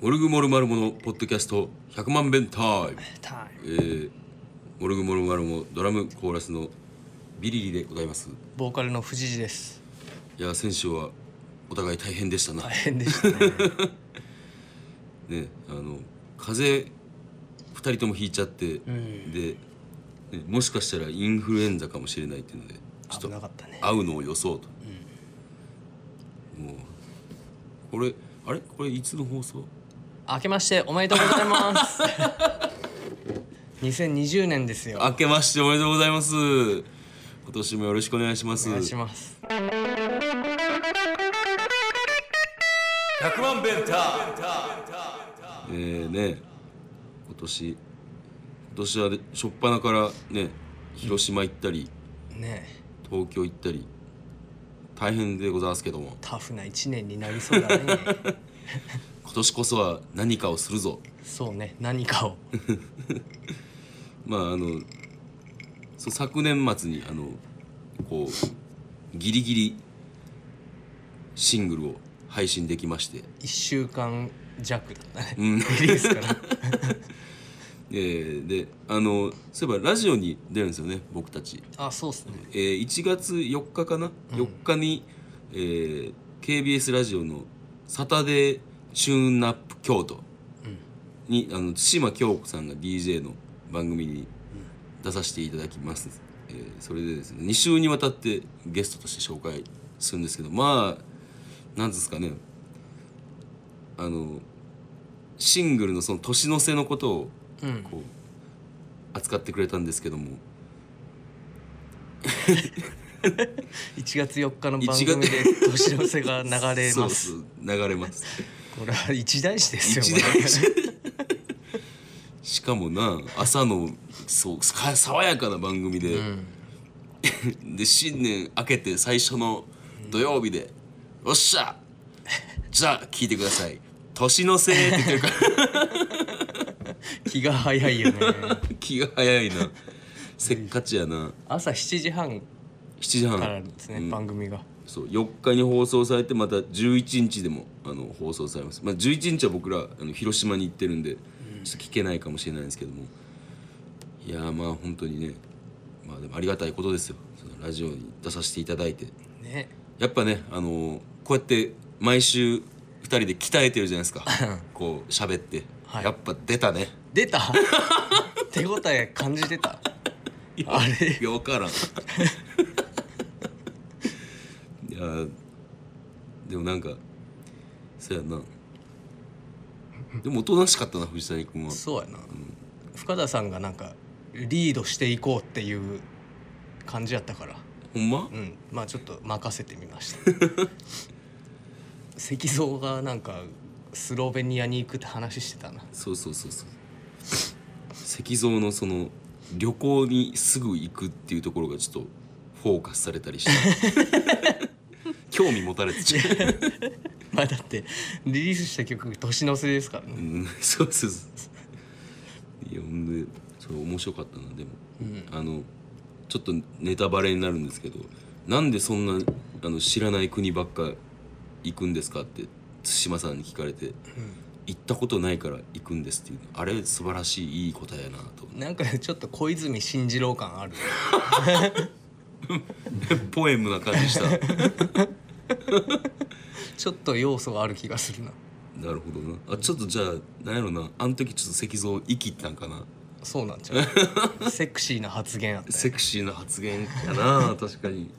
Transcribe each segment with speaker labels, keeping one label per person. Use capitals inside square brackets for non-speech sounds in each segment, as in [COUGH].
Speaker 1: モルグモルマルモのポッドキャスト100万弁タイム、
Speaker 2: タイ
Speaker 1: え
Speaker 2: ム
Speaker 1: ー、モルグモルマルモドラムコーラスのビリリでございます
Speaker 2: ボーカルの藤次です
Speaker 1: いや選手はお互い大変でしたな、
Speaker 2: 大変でしたね
Speaker 1: ねあの風邪2人ともひいちゃって、で、ねもしかしたらインフルエンザかもしれないっていうのでちょっ
Speaker 2: 危
Speaker 1: と
Speaker 2: なかったね
Speaker 1: 会うのを予想と、もうこれあれこれいつの放送
Speaker 2: 明けましておめでとうございます
Speaker 1: [LAUGHS]
Speaker 2: 2020年ですよ
Speaker 1: 明けましておめでとうございます今年もよろしくお願いします
Speaker 2: お願いします
Speaker 1: 100万ベンタえー、ね今年今年はしょっぱなからね広島行ったり
Speaker 2: ねえ
Speaker 1: 東京行ったり大変でございますけども
Speaker 2: タフな1年になりそうだ
Speaker 1: [LAUGHS]
Speaker 2: ね
Speaker 1: 今年こそは何かをするぞ
Speaker 2: そうね何かを
Speaker 1: まああのそう昨年末にあのこうギリギリシングルを配信できまして
Speaker 2: 1週間弱だったね、
Speaker 1: ん
Speaker 2: リリースから
Speaker 1: [LAUGHS] えーであのそういえばラジオに出るんですよね僕たち、
Speaker 2: あそうっすね
Speaker 1: えー1月4日かな、4日に、えー KBS ラジオの「サタデーチューンナップ京都に」あの対馬京子さんが DJ の番組に出させていただきます、えーそれでですね2週にわたってゲストとして紹介するんですけどまあなんですかねあのシングルのその年の瀬のことを
Speaker 2: うん
Speaker 1: こう扱ってくれたんですけども
Speaker 2: 1月4日の番
Speaker 1: 1
Speaker 2: 組で年の瀬が流れ
Speaker 1: そう
Speaker 2: ます
Speaker 1: そう流れます
Speaker 2: これは一大事ですよ
Speaker 1: 一大しかもな朝のそうさ爽やかな番組で、 [LAUGHS] で新年明けて最初の土曜日で「よっしゃじゃあ聞いてください年のせい」って言ってるから
Speaker 2: [LAUGHS] 気が早いよね
Speaker 1: 気が早いなせっかちやな
Speaker 2: 朝7時半
Speaker 1: 7時半
Speaker 2: からですね、番組が
Speaker 1: そう4日に放送されてまた11日でもあの放送されます、まあ、11日は僕らあの広島に行ってるんで、ちょっと聞けないかもしれないんですけどもいやーまあ本当にねまあでもありがたいことですよそのラジオに出させていただいて
Speaker 2: ね
Speaker 1: やっぱねあのーこうやって毎週2人で鍛えてるじゃないです
Speaker 2: [LAUGHS]
Speaker 1: かこう喋って、
Speaker 2: はい
Speaker 1: やっぱ出たね
Speaker 2: 出た [LAUGHS] 手応え感じてたあ [LAUGHS] れ
Speaker 1: よからんいやーでもなんかそやなでもおとなしかったな藤谷君は
Speaker 2: そうやな、深田さんがなんかリードしていこうっていう感じやったから
Speaker 1: ほんま
Speaker 2: うんまあちょっと任せてみました [LAUGHS] 石像がなんかスロベニアに行くって話してたな [LAUGHS]
Speaker 1: そうそうそうそう石像のその旅行にすぐ行くっていうところがちょっとフォーカスされたりして興味持たれてちゃう
Speaker 2: まあだってリリースした曲年の瀬ですから
Speaker 1: う
Speaker 2: ね
Speaker 1: ん [LAUGHS] そうそうそういやほんでそれ面白かったなでも、あのちょっとネタバレになるんですけどなんでそんなあの知らない国ばっか行くんですかって対馬さんに聞かれて、行ったことないから行くんですっていうのあれ素晴らしいいい答えやなと
Speaker 2: なんかちょっと小泉進次郎感ある
Speaker 1: ポエムな感じしたな
Speaker 2: ちょっと要素がある気がするな
Speaker 1: るほどなあちょっとじゃあ何やろなあの時ちょっと石像生きったんかな
Speaker 2: そうなんちゃ [LAUGHS] うセクシーな発言あった
Speaker 1: セクシーな発言かな確かに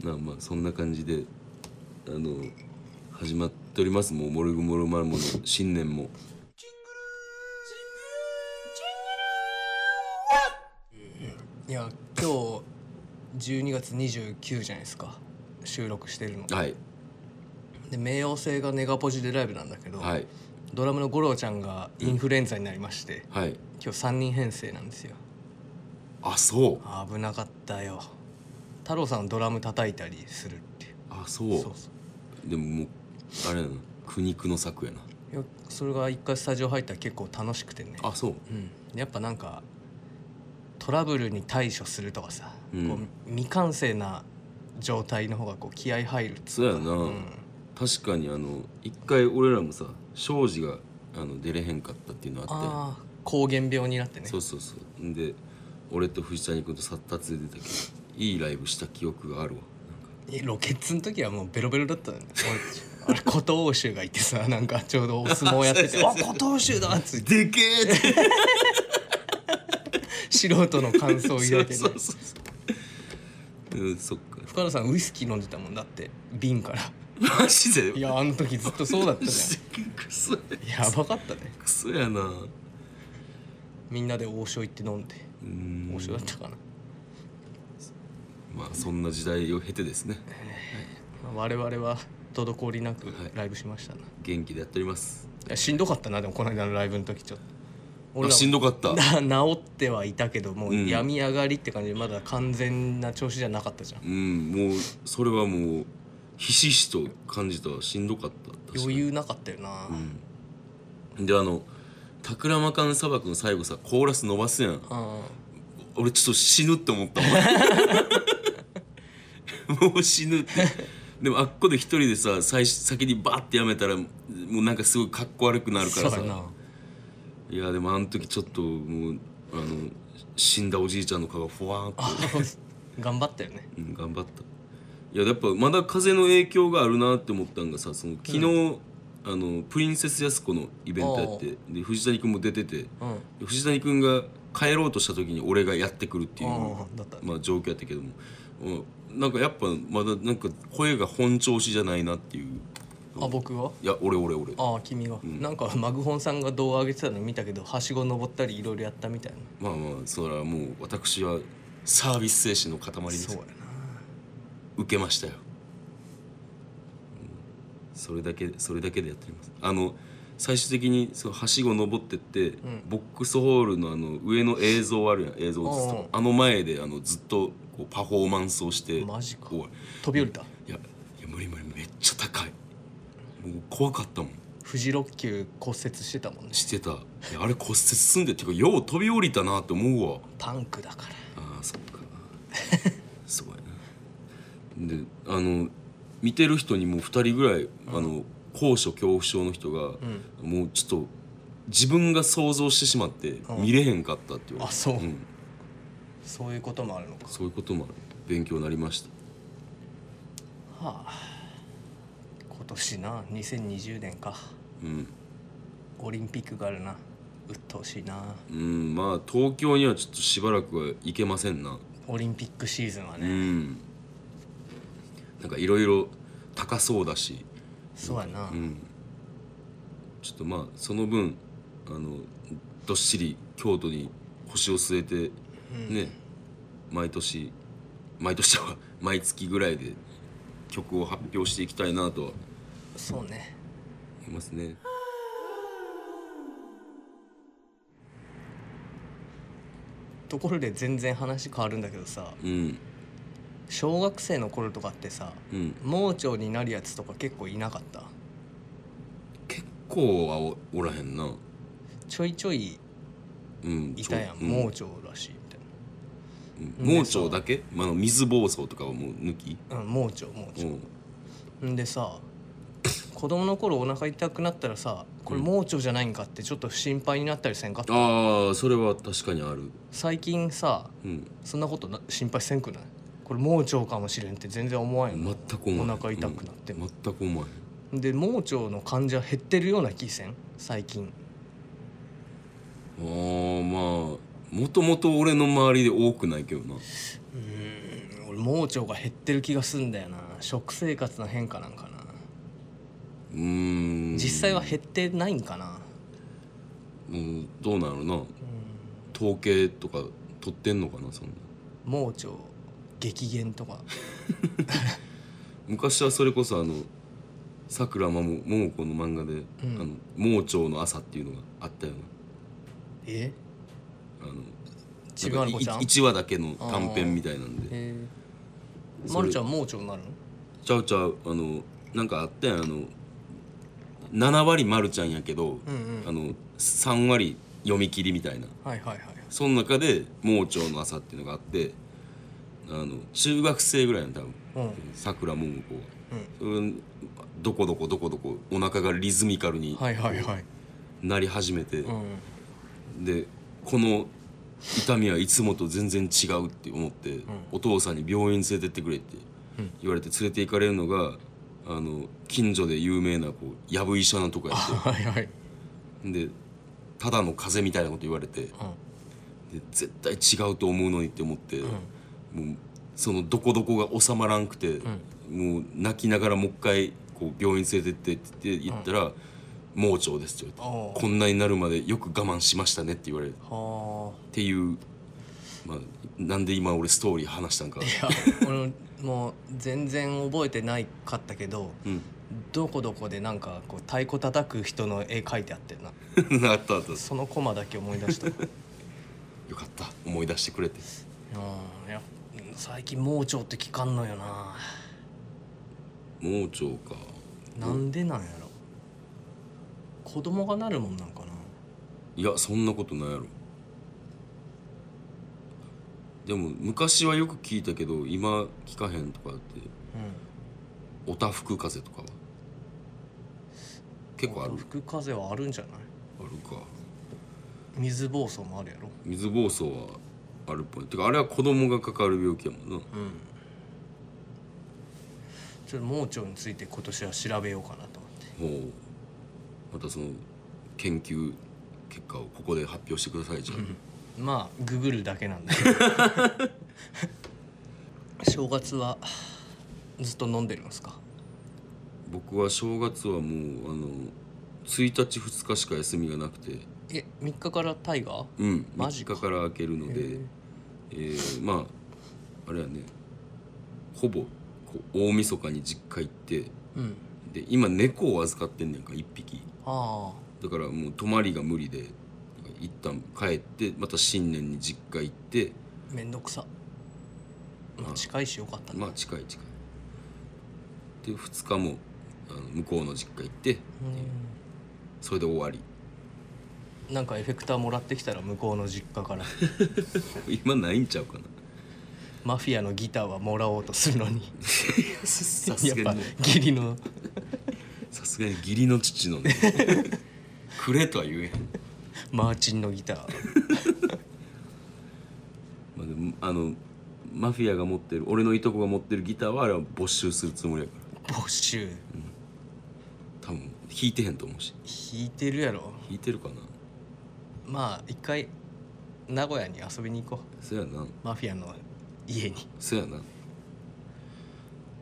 Speaker 1: [LAUGHS] まあまあそんな感じであの始まっておりますもう「モルグモルマルモ」の新年も
Speaker 2: いや今日12月29じゃないですか収録してるの
Speaker 1: はい
Speaker 2: で冥王星がネガポジでライブなんだけど、
Speaker 1: はい
Speaker 2: ドラムの五郎ちゃんがインフルエンザになりまして、
Speaker 1: はい
Speaker 2: 今日3人編成なんですよ
Speaker 1: あそう
Speaker 2: 危なかったよ太郎さんドラム叩いたりするっていう
Speaker 1: あそう
Speaker 2: そうそう
Speaker 1: でももうあれやな苦肉の策やない
Speaker 2: やそれが一回スタジオ入ったら結構楽しくてね
Speaker 1: あそう
Speaker 2: うん、やっぱなんかトラブルに対処するとかさ、
Speaker 1: うん
Speaker 2: こう未完成な状態の方がこう気合入るっつ
Speaker 1: そうやな、
Speaker 2: ん
Speaker 1: 確かにあの一回俺らもさ庄司があの出れへんかったっていうのあっ
Speaker 2: ああ膠原病になって
Speaker 1: て
Speaker 2: ね
Speaker 1: そうそうそうんで俺と藤谷君と撮影で出たけどいいライブした記憶があるわ
Speaker 2: えロケッツの時はもうベロベロだったのね [LAUGHS] 俺あれ琴欧州がいてさ [LAUGHS] なんかちょうどお相撲やってて「あ琴欧州だ!」っつって
Speaker 1: でけえって
Speaker 2: 素人の感想を抱いてね
Speaker 1: そうそうそううんそっか
Speaker 2: 深田さんウイスキー飲んでたもんだって瓶から
Speaker 1: マジで
Speaker 2: いやあの時ずっとそうだったじ
Speaker 1: クソや
Speaker 2: ゃんやばかったね
Speaker 1: クソやな
Speaker 2: みんなで王将行って飲んで
Speaker 1: うん
Speaker 2: 王将だったかな、
Speaker 1: まあそんな時代を経てですね
Speaker 2: まあ我々は滞りなく
Speaker 1: はい
Speaker 2: ライブしましたな、い
Speaker 1: 元気でやっております
Speaker 2: やしんどかったなでもこの間のライブの時ちょっと
Speaker 1: あしんどかった
Speaker 2: な [LAUGHS] 治ってはいたけどもう
Speaker 1: うん
Speaker 2: 病み上がりって感じでまだ完全な調子じゃなかったじゃん
Speaker 1: うんもうそれはもうひしひしと感じたわしんどかった確かに
Speaker 2: 余裕なかったよな、
Speaker 1: であの「タクラマカン砂漠」の最後さコーラス伸ばすやん
Speaker 2: あ
Speaker 1: 俺ちょっと死ぬって思ったもん [LAUGHS] もう死ぬってでもあっこで一人でさ最初先にバーってやめたらもうなんかすごいかっこ悪くな
Speaker 2: あ
Speaker 1: るからさ
Speaker 2: そうやない
Speaker 1: やでもあの時ちょっともうあの死んだおじいちゃんの顔がふわーっ [LAUGHS] と、
Speaker 2: 頑張ったよね
Speaker 1: うん、頑張ったいややっぱまだ風の影響があるなって思ったんがさその昨日、あのプリンセス安子のイベントやってで藤谷君も出てて
Speaker 2: うん
Speaker 1: で藤谷君が帰ろうとした時に俺がやってくるっていう、
Speaker 2: ああだった
Speaker 1: まあ、状況やったけども、うん、なんかやっぱまだなんか声が本調子じゃないなっていう
Speaker 2: あ僕はい
Speaker 1: や俺俺俺
Speaker 2: ああ君は、なんかマグホンさんが動画上げてたの見たけどはしご登ったりいろいろやったみたいな
Speaker 1: まあまあそれはもう私はサービス精神の塊です
Speaker 2: そうや
Speaker 1: 受けましたよ、うんそれだけそれだけでやっておりますあの最終的にそのはしご登ってって、ボックスホールのあの上の映像あるやん映像映すと
Speaker 2: うんうん
Speaker 1: こあの前であのずっとこうパフォーマンスをして
Speaker 2: マジか
Speaker 1: こう
Speaker 2: な飛び降りた
Speaker 1: いやいや無理無理めっちゃ高いもう怖かったもん
Speaker 2: フジロッキュ骨折してたもんね
Speaker 1: してたいやあれ骨折すんでてかよう飛び降りたなって思うわ
Speaker 2: パンクだから
Speaker 1: ああそっかすごいなであの見てる人にもう2人ぐらい、あの高所恐怖症の人が、もうちょっと自分が想像してしまって、見れへんかったって言われて
Speaker 2: あそうんそういうこともあるのか
Speaker 1: そういうこともある勉強になりました
Speaker 2: はあ今年な2020年か
Speaker 1: うん
Speaker 2: オリンピックがあるな鬱陶しいな
Speaker 1: うんまあ東京にはちょっとしばらくは行けませんな
Speaker 2: オリンピックシーズンは
Speaker 1: う
Speaker 2: ね、
Speaker 1: んなんかいろいろ高そうだし
Speaker 2: そうやな、
Speaker 1: ちょっとまあその分あのどっしり京都に腰を据えて、ね毎年毎年は [LAUGHS] 毎月ぐらいで曲を発表していきたいなとは
Speaker 2: そうね
Speaker 1: 思いますね
Speaker 2: ところで全然話変わるんだけどさ
Speaker 1: うん
Speaker 2: 小学生の頃とかってさ
Speaker 1: うん
Speaker 2: 盲腸になるやつとか結構いなかった
Speaker 1: 結構はおおらへんな
Speaker 2: ちょいちょい
Speaker 1: うん
Speaker 2: いたやん
Speaker 1: ちょ
Speaker 2: 盲腸らしいみ
Speaker 1: うん盲腸だけ、まあ、あの水暴走とかはもう抜き
Speaker 2: たいな、うん、盲腸盲
Speaker 1: う
Speaker 2: 腸
Speaker 1: ん
Speaker 2: んでさ子供の頃お腹痛くなったらさこれ盲腸じゃないんかってちょっと心配になったりせんかった、
Speaker 1: ああそれは確かにある
Speaker 2: 最近さ
Speaker 1: うん
Speaker 2: そんなことな心配せんくないこれ盲腸かもしれんって全然思わんよな
Speaker 1: 全く思わへん
Speaker 2: お腹痛くなっても
Speaker 1: うん全く思わへん
Speaker 2: で盲腸の患者減ってるような気せん最近
Speaker 1: あーまあもともと俺の周りで多くないけどな
Speaker 2: うーん俺盲腸が減ってる気がすんだよな食生活の変化なんかな
Speaker 1: うーん
Speaker 2: 実際は減ってないんかな
Speaker 1: うんどうなるな統計とか取ってんのかなそんな
Speaker 2: 盲腸激減とか
Speaker 1: 昔はそれこそあのさくらまも桃子の漫画で「あの盲腸の朝」っていうのがあったよ
Speaker 2: え
Speaker 1: なあの
Speaker 2: ちびまる子ちゃん
Speaker 1: 1話だけの短編みたいなんで
Speaker 2: えー、
Speaker 1: それ
Speaker 2: まるちゃん盲腸になるの
Speaker 1: ちゃうちゃうあのなんかあったやんあの7割まるちゃんやけど、
Speaker 2: ん
Speaker 1: あの3割読み切りみたいな
Speaker 2: はいはいはい
Speaker 1: その中で「盲腸の朝」っていうのがあってあの中学生ぐらいの多分
Speaker 2: うん
Speaker 1: さくらももこが、それどこどこどこどこお腹がリズミカルに
Speaker 2: はいはいはい、
Speaker 1: なり始めて、 [LAUGHS]
Speaker 2: うん、
Speaker 1: でこの痛みはいつもと全然違うって思って、お父さんに病院連れてってくれって言われて連れて行かれるのがあの近所で有名なこうやぶ医者のとこやっ
Speaker 2: はいはい、
Speaker 1: てでただの風邪みたいなこと言われてで絶対違うと思うのにって思って、もうそのどこどこが収まらんくて、もう泣きながらもう一回こう病院連れてってって言ったら「盲腸です」って言われ
Speaker 2: お
Speaker 1: て「こんなになるまでよく我慢しましたね」って言われて。
Speaker 2: は
Speaker 1: っていう、まあ、なんで今俺ストーリー話したんか、
Speaker 2: あいや俺もう全然覚えてないかったけど
Speaker 1: うん、
Speaker 2: どこどこでなんかこう太鼓叩く人の絵描いてあって
Speaker 1: [LAUGHS]
Speaker 2: な
Speaker 1: あったあったよ
Speaker 2: そのコマだけ思い出
Speaker 1: [LAUGHS]
Speaker 2: したうん
Speaker 1: かった思い出してくれて
Speaker 2: いや最近盲腸って聞かんのよな
Speaker 1: 盲腸か
Speaker 2: なんでなんやろ子供がなるもんなんかない
Speaker 1: やそんなことないやろでも昔はよく聞いたけど今聞かへんとかって
Speaker 2: う
Speaker 1: おたふく風邪とかは結構ある
Speaker 2: ん
Speaker 1: あ
Speaker 2: 吹く風はあるんじゃない
Speaker 1: るか
Speaker 2: 水暴走もあるやろ
Speaker 1: 水疱瘡はあるっぽいてかあれは子供がかかる病気やもんな
Speaker 2: うんちょっと盲腸について今年は調べようかなと思って
Speaker 1: ほうまたその研究結果をここで発表してくださいじゃあ
Speaker 2: まあググるだけ [LAUGHS] なんだけど正月はずっと飲んでるんですか
Speaker 1: 僕は正月はもうあの1日2日しか休みがなくて
Speaker 2: え3日からタイガー
Speaker 1: うん
Speaker 2: マジか
Speaker 1: 3日から開けるのでえーまああれはねほぼこう大晦日に実家行って
Speaker 2: うん
Speaker 1: で今猫を預かってんねんか1匹
Speaker 2: あ
Speaker 1: だからもう泊まりが無理で一旦帰ってまた新年に実家行って
Speaker 2: あめんどくさ、まあ、近いしよかったね、
Speaker 1: まあ近い近いで2日もあの向こうの実家行って
Speaker 2: う
Speaker 1: それで終わり
Speaker 2: んなんかエフェクターもらってきたら向こうの実家から [LAUGHS]
Speaker 1: 今ないんちゃうかな
Speaker 2: マフィアのギターはもらおうとするのに
Speaker 1: さ
Speaker 2: や
Speaker 1: す
Speaker 2: っ
Speaker 1: が
Speaker 2: ぱ
Speaker 1: にね
Speaker 2: ギリの
Speaker 1: さすがに義理の父 [LAUGHS] のねくれとは言えへん、
Speaker 2: マーチンのギター
Speaker 1: まあ、でもあのマフィアが持ってる俺のいとこが持ってるギターはあれは没収するつもりやか
Speaker 2: 没収
Speaker 1: ら多分弾いてへんと思うし
Speaker 2: 弾いてるやろ
Speaker 1: 弾いてるかな
Speaker 2: まあ一回名古屋に遊びに行こ
Speaker 1: そやな
Speaker 2: うマフィアの家に
Speaker 1: そやな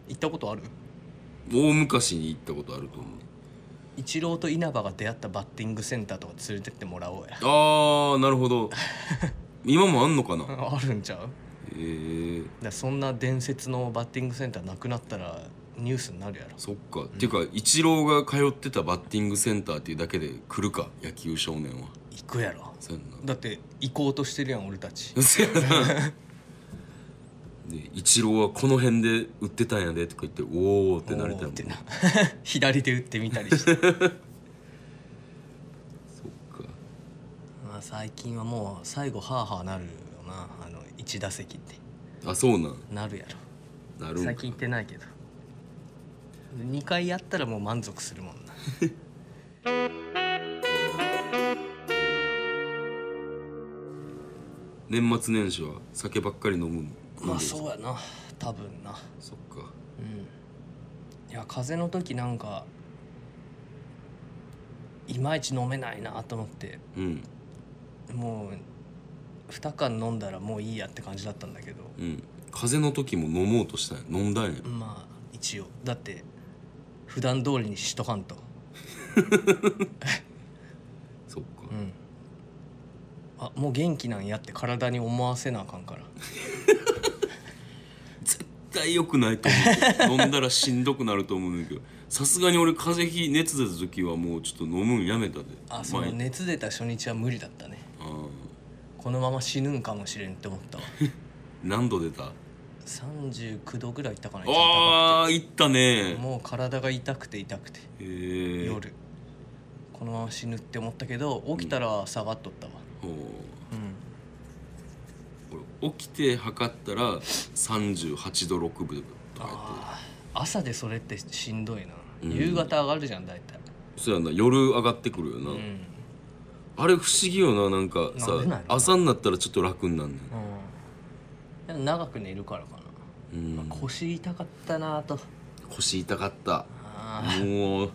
Speaker 2: 行ったことある
Speaker 1: 大昔に行ったことあると思
Speaker 2: イチローと稲葉が出会ったバッティングセンターとか連れてってもらおうや [LAUGHS]
Speaker 1: うあーなるほ [LAUGHS] ど今もあんのかな
Speaker 2: あるんちゃうだか
Speaker 1: えー、
Speaker 2: らそんな伝説のバッティングセンターなくなったらニュースになるやろ
Speaker 1: そっか、っていうかイチローが通ってたバッティングセンターっていうだけで来るか野球少年は
Speaker 2: 行くやろ
Speaker 1: そうやんな
Speaker 2: だって行こうとしてるやん俺たち
Speaker 1: そ
Speaker 2: [LAUGHS]
Speaker 1: やなでイチローはこの辺で売ってたんやでとか言っておおってなれた
Speaker 2: お
Speaker 1: も
Speaker 2: ー
Speaker 1: ん
Speaker 2: ってな [LAUGHS] 左手打ってみたりし
Speaker 1: そ
Speaker 2: て [LAUGHS]
Speaker 1: っか
Speaker 2: まあ最近はもう最後ハーハーなるよなあの1打席って
Speaker 1: あそうなん
Speaker 2: なるやろ
Speaker 1: なるんか
Speaker 2: 最近行ってないけど2回やったらもう満足するもんな
Speaker 1: 年末年始は酒ばっかり飲むの
Speaker 2: まあ
Speaker 1: う
Speaker 2: そうやな多分な
Speaker 1: そっか
Speaker 2: うんいや風邪の時なんかいまいち飲めないなと思って
Speaker 1: うん
Speaker 2: もう2缶飲んだらもういいやって感じだったんだけど
Speaker 1: うん風邪の時も飲もうとしたんや飲んだんや
Speaker 2: まあ一応だって普段通りにしとかんと
Speaker 1: そっか、
Speaker 2: うんあもう元気なんやって体に思わせなあかんから
Speaker 1: 絶対良くないと思う飲んだらしんどくなると思うんだけどさすがに俺風邪ひ熱出た時はもうちょっと飲むんやめたで [LAUGHS]
Speaker 2: あその
Speaker 1: 前
Speaker 2: 熱出た初日は無理だったね
Speaker 1: あー
Speaker 2: このまま死ぬんかもしれんって思ったわ
Speaker 1: 何度出た
Speaker 2: 39度ぐらいいったかな一番高
Speaker 1: ああいった
Speaker 2: く
Speaker 1: ね
Speaker 2: てもう体が痛くて痛くて
Speaker 1: へえ
Speaker 2: 夜このまま死ぬって思ったけど起きたら下がっとったわ
Speaker 1: ほう
Speaker 2: うん
Speaker 1: 俺起きて測ったら38度6分とかやって
Speaker 2: あー朝でそれってしんどいな
Speaker 1: うん
Speaker 2: 夕方上がるじゃん大体、
Speaker 1: そうやな夜上がってくるよな、
Speaker 2: うん
Speaker 1: あれ不思議よななんかさ
Speaker 2: なんでなんやろ
Speaker 1: 朝になったらちょっと楽になんねん
Speaker 2: でも長く寝るからかな、
Speaker 1: うん
Speaker 2: まあ腰痛かったなぁと
Speaker 1: 腰痛かった
Speaker 2: あ
Speaker 1: もう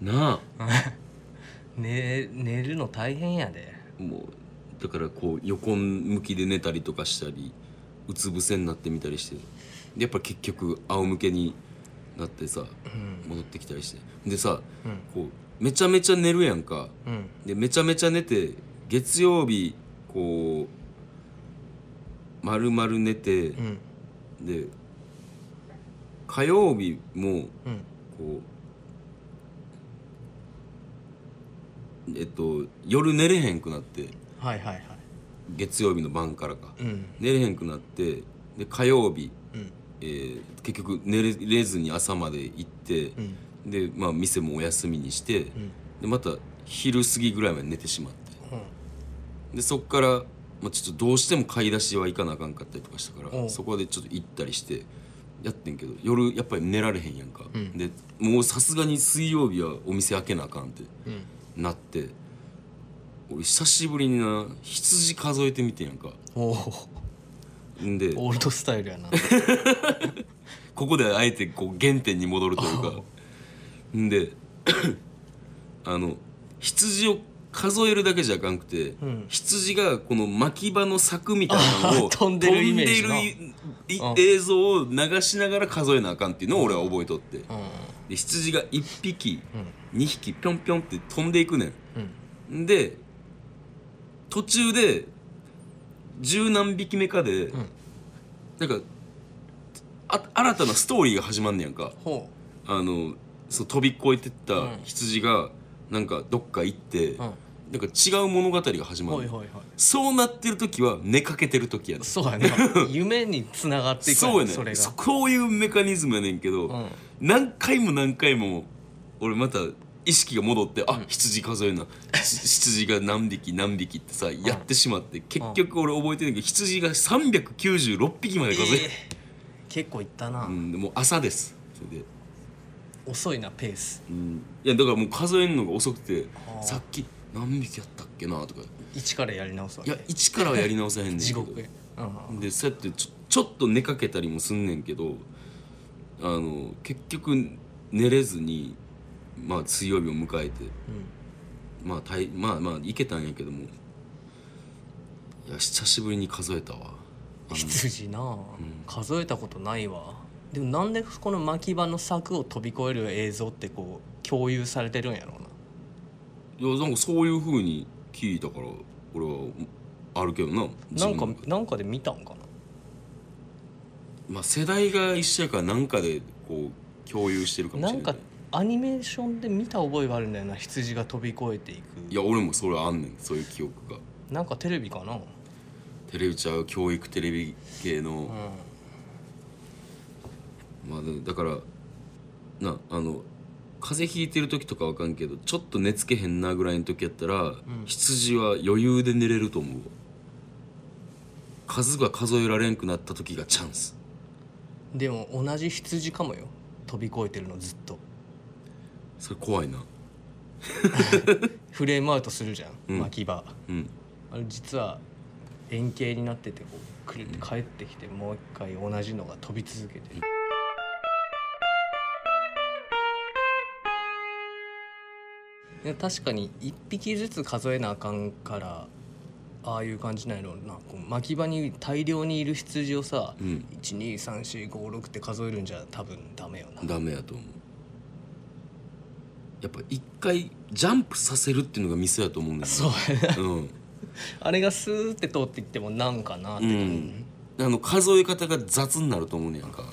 Speaker 1: なあ
Speaker 2: ー [LAUGHS] 寝寝るの大変やで
Speaker 1: もうだからこう横向きで寝たりとかしたりうつ伏せになってみたりしてでやっぱ結局仰向けになってさ
Speaker 2: うん
Speaker 1: 戻ってきたりしてでさ
Speaker 2: うん
Speaker 1: こうめちゃめちゃ寝るやんか
Speaker 2: うん
Speaker 1: でめちゃめちゃ寝て月曜日こう丸々寝て、
Speaker 2: うん
Speaker 1: で火曜日も
Speaker 2: うん
Speaker 1: こうえっと夜寝れへんくなって
Speaker 2: はいはいはい
Speaker 1: 月曜日の晩からか
Speaker 2: うん
Speaker 1: 寝れへんくなってで火曜日、
Speaker 2: うん
Speaker 1: えー結局寝れずに朝まで行って
Speaker 2: う、ん
Speaker 1: でまあ店もお休みにして、
Speaker 2: うん
Speaker 1: でまた昼過ぎぐらいまで寝てしまってでそっから、まあ、ちょっとどうしても買い出しは行かなあかんかったりとかしたか
Speaker 2: お
Speaker 1: ら
Speaker 2: う
Speaker 1: そこでちょっと行ったりしてやってんけど夜やっぱり寝られへんやんか、
Speaker 2: うん
Speaker 1: でもうさすがに水曜日はお店開けなあかんって
Speaker 2: うん
Speaker 1: なって俺久しぶりにな羊数えてみてんやんか
Speaker 2: おー
Speaker 1: んで
Speaker 2: オールドスタイルやな
Speaker 1: ここであえてこう原点に戻るというかんであの羊を数えるだけじゃあかんくて、
Speaker 2: ん
Speaker 1: 羊がこの巻き場の柵みたいなのを
Speaker 2: あー飛んでるイメージな
Speaker 1: 飛んでるい
Speaker 2: うん
Speaker 1: 映像を流しながら数えなあかんっていうのを俺は覚えとって
Speaker 2: うん
Speaker 1: で羊が1匹
Speaker 2: うん
Speaker 1: 2匹ぴょんぴょんって飛んでいくね
Speaker 2: うん
Speaker 1: んで途中で十何匹目かで、
Speaker 2: ん
Speaker 1: なんかあ新たなストーリーが始まんねやんか
Speaker 2: ほ
Speaker 1: あのそう飛び越えてった
Speaker 2: うん
Speaker 1: 羊がなんかどっか行って、
Speaker 2: ううん
Speaker 1: なんか違う物語が始ま
Speaker 2: ほい
Speaker 1: る
Speaker 2: ほいほい
Speaker 1: そうなってる時は寝かけてる時やねん
Speaker 2: そう
Speaker 1: [LAUGHS]
Speaker 2: やね夢につながっていく
Speaker 1: そうやね
Speaker 2: それ
Speaker 1: ん
Speaker 2: が
Speaker 1: そこういうメカニズムやねんけど、
Speaker 2: うん
Speaker 1: 何回も何回も俺また意識が戻って、あ羊数え
Speaker 2: [LAUGHS]
Speaker 1: るなひ羊が何匹何匹ってさ、やってしまって結局俺覚えてるけど羊が396匹まで数え
Speaker 2: えー結構いったな、
Speaker 1: うん、でもう朝ですそれで、
Speaker 2: 遅いなペース
Speaker 1: うん、いやだからもう数えるのが遅くて
Speaker 2: あー
Speaker 1: さっき何匹やったっけなとか
Speaker 2: 一からやり直すわ
Speaker 1: い
Speaker 2: け
Speaker 1: や一からはやり直せへんねんけど
Speaker 2: [LAUGHS] 地獄へ、うん
Speaker 1: でそうやってちょちょっと寝かけたりもすんねんけどあの結局寝れずにまあ水曜日を迎えてまあ大まあまあいけたんやけどもいや久しぶりに数えたわ
Speaker 2: うん、羊なあ、数えたことないわでもなんでこの巻き場の柵を飛び越える映像ってこう共有されてるんやろうない
Speaker 1: やなんかそういうふうに聞いたから俺はあるけどな自
Speaker 2: なん
Speaker 1: 分
Speaker 2: か
Speaker 1: の
Speaker 2: なんかで見たんかな
Speaker 1: まあ、世代が一緒やからなんかでこう共有してるかもし
Speaker 2: な
Speaker 1: れ
Speaker 2: ん
Speaker 1: ない
Speaker 2: かアニメーションで見た覚えがあるんだよな羊が飛び越えてい
Speaker 1: い
Speaker 2: く
Speaker 1: や俺もそれあんねんそういう記憶が
Speaker 2: なんかテレビかな、
Speaker 1: テレビちゃう教育テレビ系の、
Speaker 2: う
Speaker 1: まあでだからなあの風邪ひいてる時とかわかんけどちょっと寝つけへんなぐらいの時やったら、羊は余裕で寝れると思う数が数えられんくなった時がチャンス
Speaker 2: ん、でも同じ羊かもよ飛び越えてるのずっと
Speaker 1: それ怖いな
Speaker 2: フレームアウトするじゃん、
Speaker 1: うん
Speaker 2: 巻き場
Speaker 1: うん
Speaker 2: あれ実は円形になっててこうくるって帰ってきてもう一回同じのが飛び続けていや確かに1匹ずつ数えなあかんからああいう感じなんやろうなこう巻き場に大量にいる羊をさ、
Speaker 1: うん
Speaker 2: 12345って数えるんじゃ多分ダメよな
Speaker 1: ダメやと思うやっぱ一回ジャンプさせるっていうのがミスやと思うんだよね
Speaker 2: そうやな
Speaker 1: うん
Speaker 2: あれがスーって通っていってもなんかなって、
Speaker 1: うんあの数え方が雑になると思うねやんか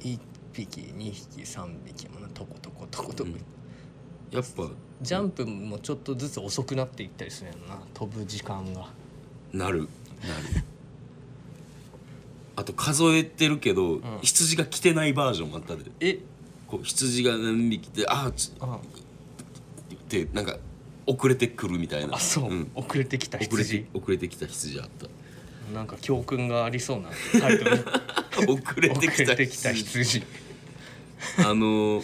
Speaker 2: 1匹2匹3匹やもんなとことことことこ、
Speaker 1: やっぱ
Speaker 2: ジャンプもちょっとずつ遅くなっていったりするんやろな飛ぶ時間が
Speaker 1: なるなるあと数えてるけど、羊が来てないバージョンもあったで
Speaker 2: え
Speaker 1: こう羊が何匹来てあーち
Speaker 2: あ
Speaker 1: ってなんか遅れてくるみたいな
Speaker 2: あそう、
Speaker 1: ん
Speaker 2: 遅れてきた
Speaker 1: 遅れて
Speaker 2: 羊
Speaker 1: 遅れてきた羊あ [LAUGHS] った
Speaker 2: なんか [LAUGHS] 教訓がありそうなタイトル
Speaker 1: 遅れてき
Speaker 2: 遅
Speaker 1: た
Speaker 2: れてきた羊
Speaker 1: あの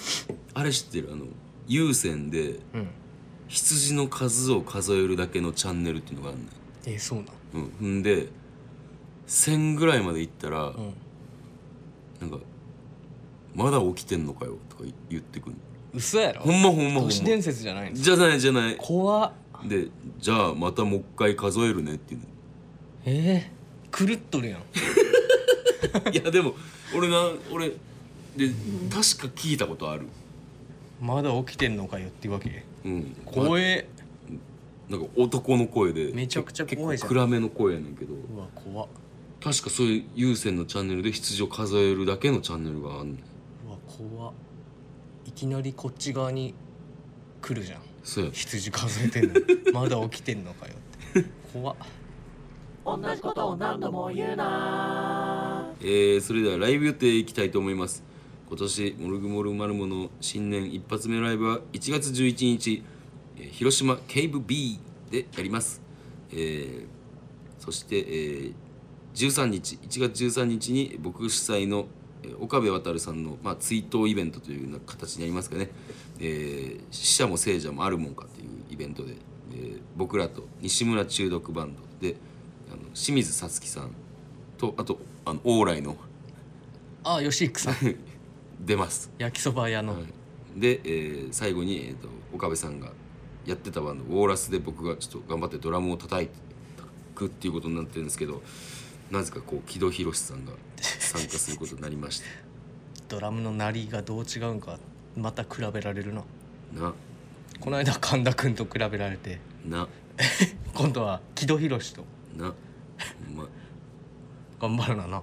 Speaker 1: あれ知ってるあの有線で
Speaker 2: うん
Speaker 1: 羊の数を数えるだけのチャンネルっていうのがあるね
Speaker 2: えそうなん
Speaker 1: んうんほんで1000ぐらいまで行ったら、
Speaker 2: うん
Speaker 1: なんか「まだ起きてんのかよ」とか言ってくる
Speaker 2: 嘘やろ
Speaker 1: ほんまほんまほんま
Speaker 2: 都市伝説じゃないんです
Speaker 1: じゃないじゃない
Speaker 2: 怖っ
Speaker 1: でじゃあまたもう一回数えるねっていうの
Speaker 2: えー、狂っとるやん [LAUGHS]
Speaker 1: いやでも俺な俺で確か聞いたことある
Speaker 2: まだ起きてんのかよっていうわけ
Speaker 1: うん
Speaker 2: 怖え
Speaker 1: なんか男の声で
Speaker 2: めちゃくちゃ怖いじゃ
Speaker 1: 結構
Speaker 2: ん
Speaker 1: 暗めの声やねんけど
Speaker 2: うわ怖っ
Speaker 1: 確かそういう有線のチャンネルで羊を数えるだけのチャンネルがあんねん
Speaker 2: うわ怖っいきなりこっち側に来るじゃん
Speaker 1: そうや
Speaker 2: 羊数えてんの
Speaker 1: [LAUGHS]
Speaker 2: にまだ起きてんのかよって怖っ
Speaker 1: えーそれではライブ予定いきたいと思います今年モルグモルマルモの新年一発目のライブは1月11日、えー広島ケイブ B でやります、えーそして、えー13日1月13日に僕主催のえー岡部渉さんの、まあ、追悼イベントというような形になりますかね、えー死者も聖者もあるもんかというイベントで、えー僕らと西村中毒バンドであの清水さつきさんとあとあの往来の [LAUGHS]
Speaker 2: あよしいくさん
Speaker 1: 出ます、
Speaker 2: 焼きそば屋の、
Speaker 1: で、えー最後に、えーと岡部さんがやってたバンドウォーラスで僕がちょっと頑張ってドラムを叩いくっていうことになってるんですけどなぜかこう木戸博さんが参加することになりまし
Speaker 2: ドラムの鳴りがどう違うんかまた比べられるな
Speaker 1: たな
Speaker 2: この間神田君と比べられて [LAUGHS]
Speaker 1: な
Speaker 2: 今度は木戸博士と
Speaker 1: なほんま
Speaker 2: 頑張るなな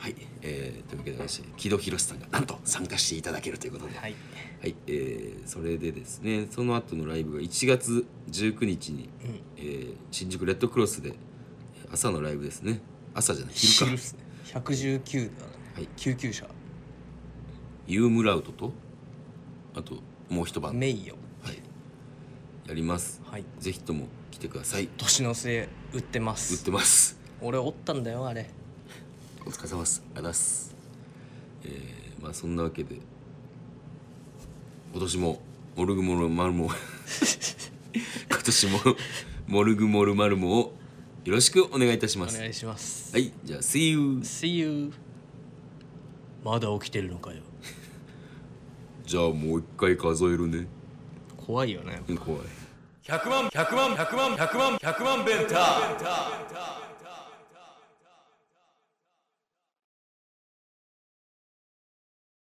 Speaker 1: はい、えーというわけで私木戸博さんがなんと参加していただけるということで
Speaker 2: はい
Speaker 1: はい、えーそれでですねその後のライブが1月19日に、
Speaker 2: うん
Speaker 1: えー新宿レッドクロスで朝のライブですね朝じゃない昼
Speaker 2: 昼っ
Speaker 1: か
Speaker 2: すね119だね、
Speaker 1: はい
Speaker 2: 救急車
Speaker 1: ユームラウトとあともう一晩
Speaker 2: 名誉
Speaker 1: やります
Speaker 2: はい
Speaker 1: ぜひとも来てください
Speaker 2: 年の末売ってま
Speaker 1: 売っ
Speaker 2: す
Speaker 1: てます
Speaker 2: 俺おったんだよあれ
Speaker 1: お疲れ様ですありがとうございますえーまあそんなわけで今年もモルグモルマル
Speaker 2: [LAUGHS]
Speaker 1: モ今年もモルグモルマルモをよろしくお願いいたしま
Speaker 2: お
Speaker 1: す
Speaker 2: 願いします
Speaker 1: はいじゃあ See you
Speaker 2: See you まだ起きてるのかよ
Speaker 1: じゃあもう一回数えるね
Speaker 2: 怖いよね
Speaker 1: うん怖い
Speaker 3: 100万100万100万100万100万ベンター